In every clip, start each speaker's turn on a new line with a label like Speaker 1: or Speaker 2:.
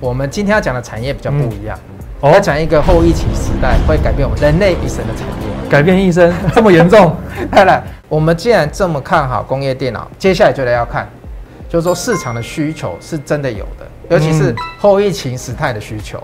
Speaker 1: 我们今天要讲的产业比较不一样，我要讲一个后疫情时代会改变我们人类一生的产业。
Speaker 2: 改变一生这么严重？
Speaker 1: 当然，我们既然这么看好工业电脑，接下来就得要看，就是说市场的需求是真的有的，尤其是
Speaker 2: 嗯
Speaker 1: 后疫情时代的需求。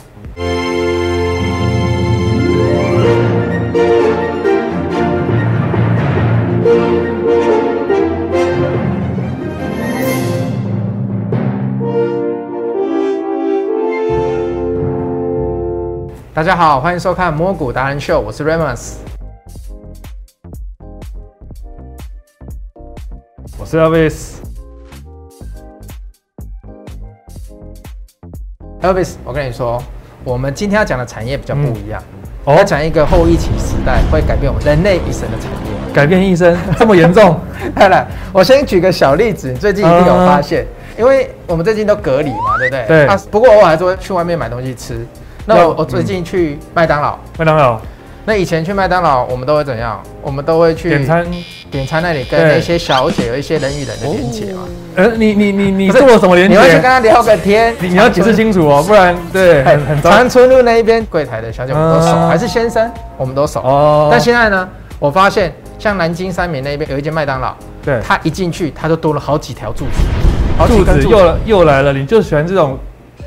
Speaker 1: 大家好，欢迎收看《摸骨达人秀》，我是 Remus。
Speaker 2: 我是 Elvis，
Speaker 1: Elvis，我跟你说，我们今天要讲的产业比较不一样，我
Speaker 2: 哦
Speaker 1: 要讲一个后疫情时代会改变我们人类一生的产业。
Speaker 2: 改变一生 这么严重？
Speaker 1: 当然，我先举个小例子，你最近一定有发现，因为我们最近都隔离嘛，对不对？
Speaker 2: 对
Speaker 1: 啊，不过偶尔还是会去外面买东西吃。那
Speaker 2: 要
Speaker 1: 我我最近去麦当劳，
Speaker 2: 麦当劳
Speaker 1: 那以前去麦当劳我们都会怎样？我们都会去
Speaker 2: 点餐，
Speaker 1: 点餐那里跟
Speaker 2: 对
Speaker 1: 那些小姐有一些人与人的连接嘛。
Speaker 2: 呃，你你你你
Speaker 1: 不是
Speaker 2: 做了什么连
Speaker 1: 你会去跟
Speaker 2: 接？
Speaker 1: 她聊个天，
Speaker 2: 你你要解释清楚哦，不然对
Speaker 1: 哎
Speaker 2: 很很糟。
Speaker 1: 长春路那一边柜台的小姐我们都熟，
Speaker 2: 嗯
Speaker 1: 还是先生我们都熟。
Speaker 2: 哦
Speaker 1: 但现在呢，我发现像南京三明那边有一间麦当劳，
Speaker 2: 对
Speaker 1: 它一进去它就多了好几条柱子，好
Speaker 2: 柱
Speaker 1: 几根
Speaker 2: 子
Speaker 1: 柱
Speaker 2: 又又来了，你就喜欢这种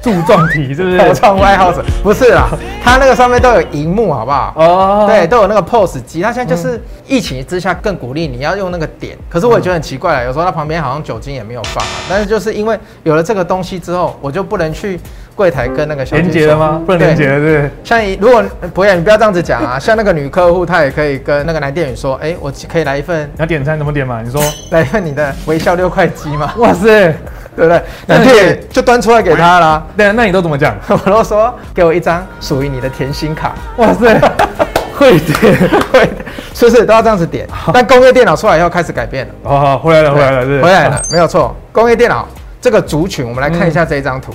Speaker 2: 柱状 体，是不是？
Speaker 1: 我创爱好者不是啦，它那个上面都有荧幕，好不好？
Speaker 2: 哦，嗯
Speaker 1: 对，，都有那个 POS 机，它现在就是疫情之下更鼓励你要用那个点，可是我也觉得很奇怪了，
Speaker 2: 嗯
Speaker 1: 有时候它旁边好像酒精也没有放啊，但是就是因为有了这个东西之后，我就不能去柜台跟那个小姐
Speaker 2: 连接
Speaker 1: 说
Speaker 2: 了吗？不能连
Speaker 1: 对
Speaker 2: 接了，对不对。
Speaker 1: 像一如果博远，你不要这样子讲啊。像那个女客户，她也可以跟那个男店员说：“哎、我可以来一份，
Speaker 2: 你要点餐怎么点嘛？你 说，
Speaker 1: 来一份你的微笑六块鸡嘛，
Speaker 2: 哇塞，
Speaker 1: 对不对？”
Speaker 2: 那
Speaker 1: 男
Speaker 2: 你
Speaker 1: 店
Speaker 2: 可以
Speaker 1: 员就端出来给她啦。
Speaker 2: 对，那你都怎么讲？
Speaker 1: 我都说给我一张属于你的甜心卡，
Speaker 2: 哇塞， 会点，
Speaker 1: 会是不是都要这样子点？但工业电脑出来以后开始改变了，
Speaker 2: 好好，回来了，回来了，对，
Speaker 1: 回来了，，没有错。工业电脑这个族群，我们来看一
Speaker 2: 嗯
Speaker 1: 下这一张图。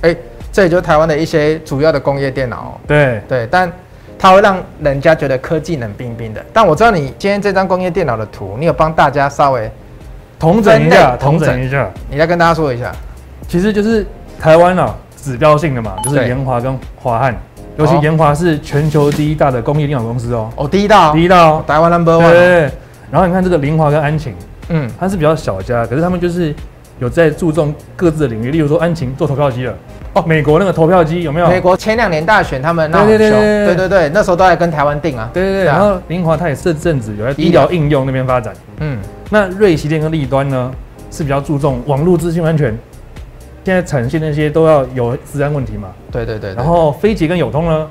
Speaker 1: 哎、这也就是台湾的一些主要的工业电脑、哦。
Speaker 2: 对，
Speaker 1: 对，但它会让人家觉得科技冷冰冰的。但我知道你今天这张工业电脑的图，你有帮大家稍微，
Speaker 2: 同整一
Speaker 1: 分
Speaker 2: 下，
Speaker 1: 类同
Speaker 2: 同
Speaker 1: 整
Speaker 2: 整一下，
Speaker 1: 你再跟大家说一下。
Speaker 2: 其实就是台湾啊，指标性的嘛，就是
Speaker 1: 对哦
Speaker 2: 研华跟华汉，尤其
Speaker 1: 好
Speaker 2: 研华是全球第一大的工业电脑公司哦，
Speaker 1: 哦，第一道，
Speaker 2: 第一大哦，
Speaker 1: 台湾 number
Speaker 2: 对
Speaker 1: one 哦。
Speaker 2: 对。对然后你看这个凌华跟安晴，
Speaker 1: 嗯，
Speaker 2: 它是比较小家，可是他们就是有在注重各自的领域，例如说安晴做投票机了，哦，美国那个投票机有没有？
Speaker 1: 美国前两年大选他们闹很
Speaker 2: 哦对对
Speaker 1: 凶，
Speaker 2: 对对
Speaker 1: 对对
Speaker 2: 对
Speaker 1: 对，那时候都在跟台湾定啊。
Speaker 2: 对对对。
Speaker 1: 对啊
Speaker 2: 然后凌华它也这阵子有在
Speaker 1: 医
Speaker 2: 医
Speaker 1: 疗
Speaker 2: 疗应用那边发展。
Speaker 1: 嗯，
Speaker 2: 那瑞奇电跟立端呢是比较注重网络资讯安全，现在产线那些都要有治安问题嘛。
Speaker 1: 对对对对
Speaker 2: 然后飞捷跟友通呢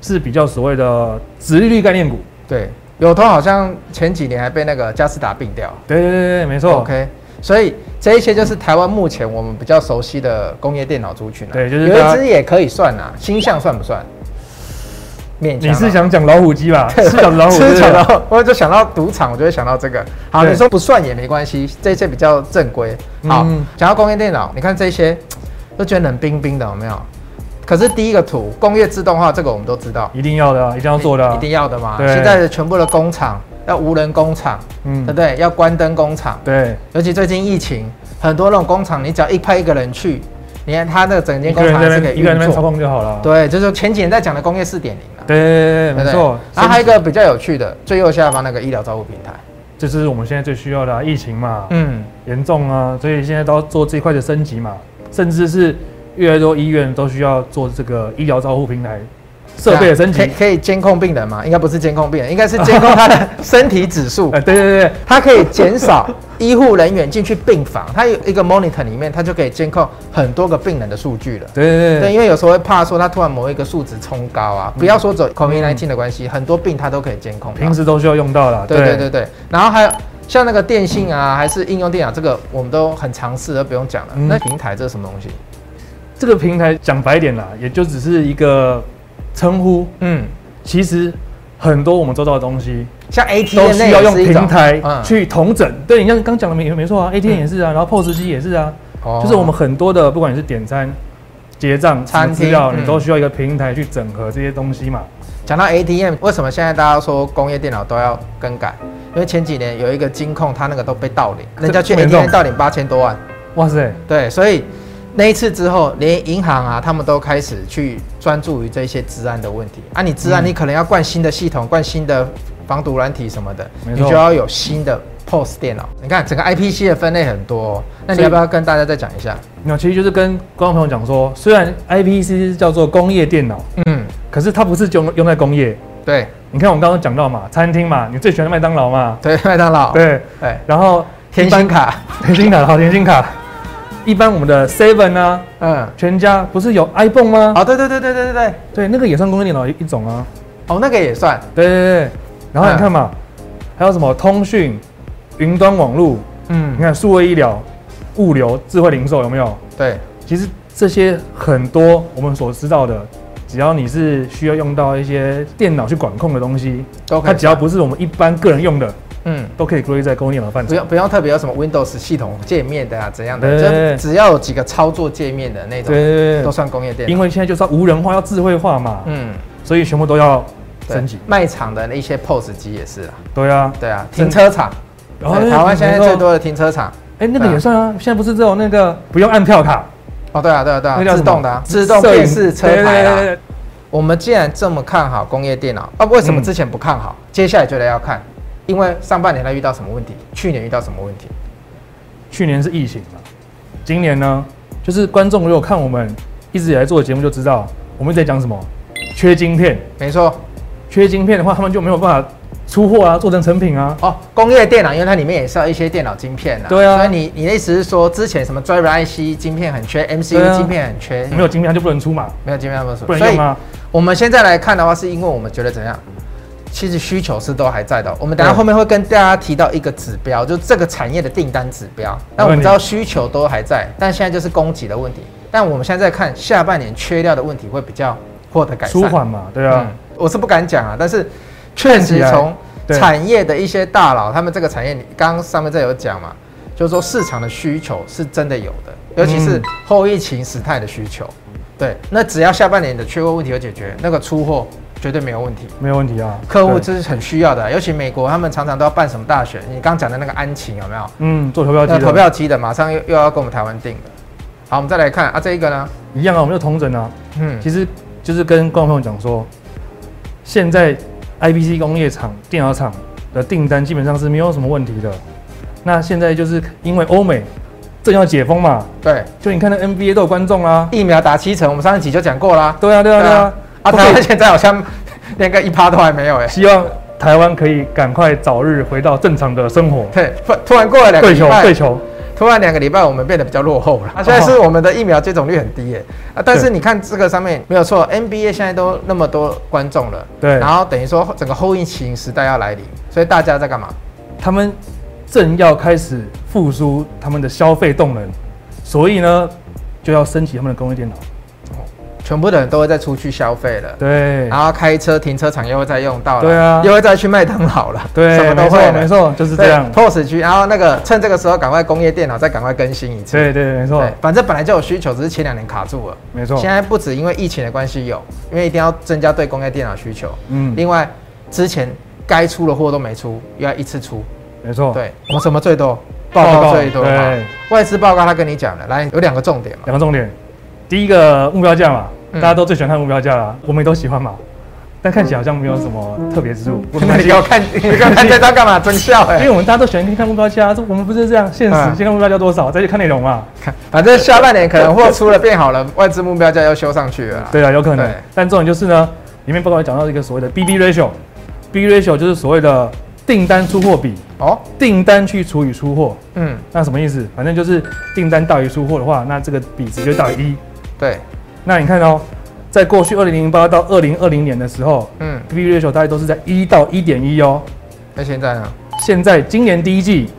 Speaker 2: 是比较所谓的直利率概念股。
Speaker 1: 对，友通好像前几年还被那个佳士达并掉。
Speaker 2: 对对对对，没错。
Speaker 1: OK，所以这一些就是台湾目前我们比较熟悉的工业电脑族群、啊。
Speaker 2: 对就是
Speaker 1: 有
Speaker 2: 大
Speaker 1: 一
Speaker 2: 家
Speaker 1: 只也可以算啊，星象算不算？勉强啊。
Speaker 2: 你是想讲老虎机吧？是讲 老虎机。
Speaker 1: 吃巧老虎，我就想到赌场，我就会想到这个。好，
Speaker 2: 对
Speaker 1: 你说不算也没关系，这些比较正规。好
Speaker 2: 嗯，
Speaker 1: 讲到工业电脑，你看这些都觉得冷冰冰的，有没有？可是第一个图，工业自动化这个我们都知道，
Speaker 2: 一定要的啊，一定要做的啊。
Speaker 1: 一定要的嘛。
Speaker 2: 对
Speaker 1: 现在的全部的工厂要无人工厂，对
Speaker 2: 嗯
Speaker 1: 不对？要关灯工厂，
Speaker 2: 对，
Speaker 1: 尤其最近疫情，很多那种工厂，你只要一派一个人去，你看他那个整
Speaker 2: 一
Speaker 1: 间
Speaker 2: 个
Speaker 1: 工
Speaker 2: 人
Speaker 1: 厂
Speaker 2: 在
Speaker 1: 还
Speaker 2: 那
Speaker 1: 是可以
Speaker 2: 边一个人
Speaker 1: 运
Speaker 2: 在那边操
Speaker 1: 作。
Speaker 2: 控就好了。啊
Speaker 1: 对，就是前几年在讲的工业四点零啊。
Speaker 2: 对对对
Speaker 1: 对
Speaker 2: 对，
Speaker 1: 不
Speaker 2: 没
Speaker 1: 对
Speaker 2: 错。
Speaker 1: 然后还有一个比较有趣的，最右下方那个医疗照护平台。
Speaker 2: 这是我们现在最需要的啊疫情嘛。
Speaker 1: 嗯，
Speaker 2: 严重啊，所以现在都要做这一块的升级嘛，甚至是越来越多医院都需要做这个医疗照护平台设备的升
Speaker 1: 可
Speaker 2: 级
Speaker 1: 以。可以监控病人吗？应该不是监控病人，应该是监控他 的身体指数
Speaker 2: 哎、。对对对，
Speaker 1: 它可以减少医护人员进去病房，它有一个 monitor 里面，它就可以监控很多个病人的数据了。
Speaker 2: 对对
Speaker 1: 对，
Speaker 2: 对，
Speaker 1: 因为有时候会怕说它突然某一个数值冲高啊，不要说走 COVID-19 的关系，很多病它都可以监控到。
Speaker 2: 嗯平时都需要用到啦。
Speaker 1: 对对对对，然后还有像那个电信啊，还是应用电脑，这个我们都很尝试，都不用讲了。
Speaker 2: 嗯
Speaker 1: 那平台这是什么东西？
Speaker 2: 这个平台讲白一点啦，也就只是一个称呼，
Speaker 1: 嗯，
Speaker 2: 其实很多我们做到的东西
Speaker 1: 像 ATM
Speaker 2: 都需要用平台
Speaker 1: 嗯
Speaker 2: 去统整。对，你像刚讲的没没错啊，ATM 也是啊，然后 POS 机也是啊，就是
Speaker 1: 哦
Speaker 2: 我们很多的，不管你是点餐、结账、
Speaker 1: 餐
Speaker 2: 什么资料，
Speaker 1: 厅嗯
Speaker 2: 你都需要一个平台去整合这些东西嘛。
Speaker 1: 讲到 ATM，为什么现在大家说工业电脑都要更改？因为前几年有一个金控，它那个都被盗领，人家去
Speaker 2: 这么严重
Speaker 1: ATM 盗领八千多万。
Speaker 2: 哇塞，
Speaker 1: 对，所以那一次之后，连银行啊，他们都开始去专注于这些治安的问题啊。你治安，
Speaker 2: 嗯
Speaker 1: 你可能要灌新的系统，灌新的防毒软体什么的，
Speaker 2: 没
Speaker 1: 你
Speaker 2: 错
Speaker 1: 就要有新的 POS 电脑。你看整个 IPC 的分类很多、哦，那你
Speaker 2: 所以
Speaker 1: 要不要跟大家再讲一下？
Speaker 2: 那其实就是跟观众朋友讲说，虽然 IPC 是叫做工业电脑，
Speaker 1: 嗯，
Speaker 2: 可是它不是用用在工业。
Speaker 1: 对
Speaker 2: 你看我们刚刚讲到嘛，餐厅嘛，你最喜欢麦当劳嘛，
Speaker 1: 对，麦当劳，哎
Speaker 2: 对，
Speaker 1: 对，
Speaker 2: 然后
Speaker 1: 甜心卡，
Speaker 2: 甜心卡好，甜心卡，一般我们的 Seven 啊，
Speaker 1: 嗯，
Speaker 2: 全家不是有 iPhone 吗？
Speaker 1: 哦，对对对对对对对，
Speaker 2: 对，那个也算工业电脑一一种啊。
Speaker 1: 哦，那个也算，
Speaker 2: 对对对，然后你
Speaker 1: 嗯
Speaker 2: 看嘛，还有什么通讯、云端网络，你
Speaker 1: 嗯，
Speaker 2: 看数位医疗、物流、智慧零售有没有？
Speaker 1: 对，
Speaker 2: 其实这些很多我们所知道的，只要你是需要用到一些电脑去管控的东西，
Speaker 1: 都可以
Speaker 2: 它
Speaker 1: 算。
Speaker 2: 只要不是我们一般个人用的，
Speaker 1: 嗯，
Speaker 2: 都可以归在工业电脑范
Speaker 1: 不
Speaker 2: 畴。
Speaker 1: 用不用特别有什么 Windows 系统界面的啊，怎样
Speaker 2: 对
Speaker 1: 的，就只要有几个操作界面的那
Speaker 2: 对
Speaker 1: 种，
Speaker 2: 对
Speaker 1: 都
Speaker 2: 对
Speaker 1: 算工业电
Speaker 2: 对，
Speaker 1: 脑。
Speaker 2: 因为现在就是要无人化，要智慧化嘛，
Speaker 1: 嗯，
Speaker 2: 所以全部都要
Speaker 1: 对
Speaker 2: 升级。
Speaker 1: 卖场的那些 POS 机也是啊，
Speaker 2: 对啊，
Speaker 1: 对啊，停
Speaker 2: 真
Speaker 1: 车场，
Speaker 2: 然后
Speaker 1: 对台湾现在最，多的停车场。
Speaker 2: 哎，那个
Speaker 1: 对啊
Speaker 2: 也算啊。现在不是只有那个不用按票卡，
Speaker 1: 哦，对啊，对啊，对
Speaker 2: 那
Speaker 1: 啊，
Speaker 2: 叫什么
Speaker 1: 自动的、啊，自动辨识车牌啊
Speaker 2: 对对
Speaker 1: 啦。
Speaker 2: 对对
Speaker 1: 我们既然这么看好工业电脑，啊，为什么
Speaker 2: 嗯
Speaker 1: 之前不看好？接下来觉得要看，因为上半年它遇到什么问题，去年遇到什么问题？
Speaker 2: 去年是疫情嘛，今年呢，就是观众如果看我们一直以来做的节目就知道，我们一直在讲什么，缺晶片，
Speaker 1: 没错，
Speaker 2: 缺晶片的话，他们就没有办法出货啊，做成成品啊。
Speaker 1: 哦，工业电脑，因为它里面也是要一些电脑晶片啊。
Speaker 2: 对啊
Speaker 1: 所以你你的意思是说，之前什么 driver IC 晶片很缺
Speaker 2: 对啊
Speaker 1: ，MCU 晶片很缺，
Speaker 2: 没有晶片它就不能出嘛，
Speaker 1: 没有晶片那么少
Speaker 2: 不
Speaker 1: 嗯所
Speaker 2: 能
Speaker 1: 以
Speaker 2: 用啊。
Speaker 1: 我们现在来看的话，是因为我们觉得怎样？其实需求是都还在的。我们等下
Speaker 2: 对
Speaker 1: 后面会跟大家提到一个指标，就这个产业的订单指标。那我们知道需求都还在，但现在就是供给的问题。但我们现在在看下半年缺料的问题会比较获得改善。
Speaker 2: 舒缓嘛，对啊
Speaker 1: 嗯，，我是不敢讲啊，但是确
Speaker 2: 看起
Speaker 1: 实
Speaker 2: 来
Speaker 1: 从
Speaker 2: 对
Speaker 1: 产业的一些大佬，他们这个产业，你刚刚上面这有讲嘛，就是说市场的需求是真的有的，尤其是
Speaker 2: 嗯
Speaker 1: 后疫情时态的需求。对，那只要下半年的缺货问题有解决，那个出货绝对没有问题。
Speaker 2: 没有问题啊。
Speaker 1: 客户
Speaker 2: 对
Speaker 1: 这是很需要的啊，尤其美国他们常常都要办什么大选，你刚讲的那个安晴有没有？
Speaker 2: 嗯，做投票机
Speaker 1: 那
Speaker 2: 的
Speaker 1: 投票机的马上又又要跟我们台湾定了。好，我们再来看啊，这一个呢，
Speaker 2: 一样啊，我们就同整啊。
Speaker 1: 嗯，
Speaker 2: 其实就是跟观众朋友讲说，现在 IPC 工业厂、电脑厂的订单基本上是没有什么问题的。那现在就是因为欧美正要解封嘛，
Speaker 1: 对，
Speaker 2: 就你看那 NBA 都有观众啦。
Speaker 1: 疫苗打七成，我们上一集就讲过啦。
Speaker 2: 对啊，对啊，对啊。
Speaker 1: 啊，
Speaker 2: 不
Speaker 1: 台
Speaker 2: 可
Speaker 1: 湾
Speaker 2: 以
Speaker 1: 现在好像连个一趴都还没有哎、
Speaker 2: 希望台湾可以赶快早日回到正常的生活。
Speaker 1: 对，突突然过了两个
Speaker 2: 跪
Speaker 1: 礼
Speaker 2: 求，跪
Speaker 1: 拜，
Speaker 2: 求。
Speaker 1: 突然两个礼拜，我们变得比较落后了。啊，现在是我们的疫苗接种率很低耶、啊，但是
Speaker 2: 哦对
Speaker 1: 你看这个上面没有错，NBA 现在都那么多观众了，
Speaker 2: 对
Speaker 1: 然后等于说整个后疫情时代要来临，所以大家在干嘛？
Speaker 2: 他们正要开始复苏他们的消费动能，所以呢，就要升级他们的工业电脑。
Speaker 1: 全部的人都会再出去消费了。
Speaker 2: 对，
Speaker 1: 然后开车停车场又会再用到了，
Speaker 2: 对啊
Speaker 1: 又会再去麦当劳了，
Speaker 2: 对，
Speaker 1: 什么都
Speaker 2: 没错
Speaker 1: 会了
Speaker 2: 没错，就是这样
Speaker 1: 对。，POS 区，然后那个趁这个时候赶快工业电脑再赶快更新一次，
Speaker 2: 对对对，没错
Speaker 1: 对，反正本来就有需求，只是前两年卡住了。
Speaker 2: 没错
Speaker 1: 现。在不止因为疫情的关系有，因为一定要增加对工业电脑需求。
Speaker 2: 嗯，
Speaker 1: 另外，之前该出的货都没出，又要一次出。
Speaker 2: 没错。，
Speaker 1: 对，我们什么最多？
Speaker 2: 哦报告
Speaker 1: 报告最多
Speaker 2: 对
Speaker 1: 嘛。外资报告他跟你讲了，来有两个重点嘛。
Speaker 2: 两个重点，第一个目标价嘛，
Speaker 1: 嗯
Speaker 2: 大家都最喜欢看目标价啦，我们也都喜欢嘛，但看起来好像没有什么特别之处。不过
Speaker 1: 那
Speaker 2: 没 关
Speaker 1: 你
Speaker 2: 系
Speaker 1: 给我看，你给我看这张干嘛？真笑 哎、
Speaker 2: 因为我们大家都喜欢看目标价，这我们不是这样，现实
Speaker 1: 嗯
Speaker 2: 先看目标价多少，再去看内容嘛。
Speaker 1: 看，反正下半年可能货出了变好了，外资目标价又修上去了啦。
Speaker 2: 对啊，有可能
Speaker 1: 对。
Speaker 2: 但重点就是呢，里面报告也讲到一个所谓的 BB ratio，BB ratio 就是所谓的订单出货比，
Speaker 1: 哦，
Speaker 2: 订单去除以出货，
Speaker 1: 嗯，
Speaker 2: 那什么意思？反正就是订单大于出货的话，那这个比值就大于一。
Speaker 1: 对，
Speaker 2: 那你看哦，在过去二零零八到二零二零年的时候
Speaker 1: 嗯，
Speaker 2: ，BB ratio 大概都是在一到一点一哦。
Speaker 1: 那现在呢？
Speaker 2: 现在今年第一季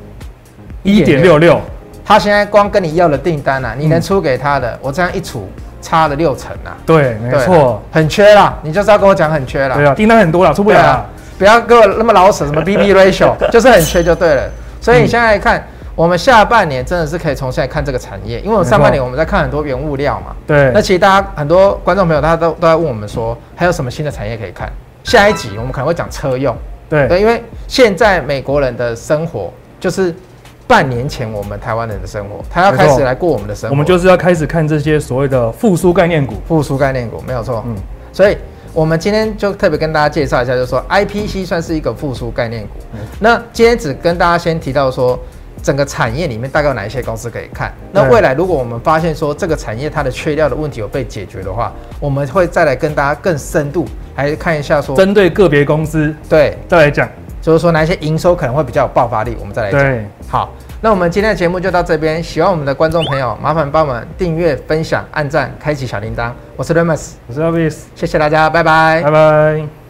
Speaker 2: 一点
Speaker 1: 1.66
Speaker 2: 六六，
Speaker 1: 他现在光跟你要的订单
Speaker 2: 嗯
Speaker 1: 啊，你能出给他的，我这样一除，差了六成啊。
Speaker 2: 对，没
Speaker 1: 对
Speaker 2: 错，，
Speaker 1: 很缺啦，你就是要跟我讲很缺啦，
Speaker 2: 对啊，订单很多啦，出不
Speaker 1: 对
Speaker 2: 了
Speaker 1: 啊
Speaker 2: 啦。，
Speaker 1: 不要跟我那么老死什么 BB ratio，就是很缺就对了。所以你现在看，我们下半年真的是可以从现在看这个产业，因为我们上半年我们在看很多原物料嘛，
Speaker 2: 对
Speaker 1: 啊那，其实大家很多观众朋友他都都在问我们说，还有什么新的产业可以看？下一集我们可能会讲车用，
Speaker 2: 对，
Speaker 1: 对，因为现在美国人的生活就是半年前我们台湾人的生活，他要开
Speaker 2: 没
Speaker 1: 始
Speaker 2: 错
Speaker 1: 来过我们的生活。
Speaker 2: 我们就是要开始看这些所谓的复苏概念股。
Speaker 1: 复苏概念股，没有错。
Speaker 2: 嗯，
Speaker 1: 所以我们今天就特别跟大家介绍一下，就是说 IPC 算是一个复苏概念股。
Speaker 2: 嗯
Speaker 1: 那今天只跟大家先提到说，整个产业里面大概有哪一些公司可以看。那
Speaker 2: 对
Speaker 1: 未来如果我们发现说这个产业它的缺料的问题有被解决的话，
Speaker 2: 嗯
Speaker 1: 我们会再来跟大家更深度来看一下说，
Speaker 2: 针对个别公司
Speaker 1: 对，
Speaker 2: 再来讲。
Speaker 1: 就是说哪一些营收可能会比较有爆发力，我们再来讲。
Speaker 2: 对，
Speaker 1: 好，那我们今天的节目就到这边。喜欢我们的观众朋友，麻烦帮我们订阅、分享、按赞、开启小铃铛。我是 Remus，
Speaker 2: 我是 Elvis，
Speaker 1: 谢谢大家，拜拜
Speaker 2: 拜拜。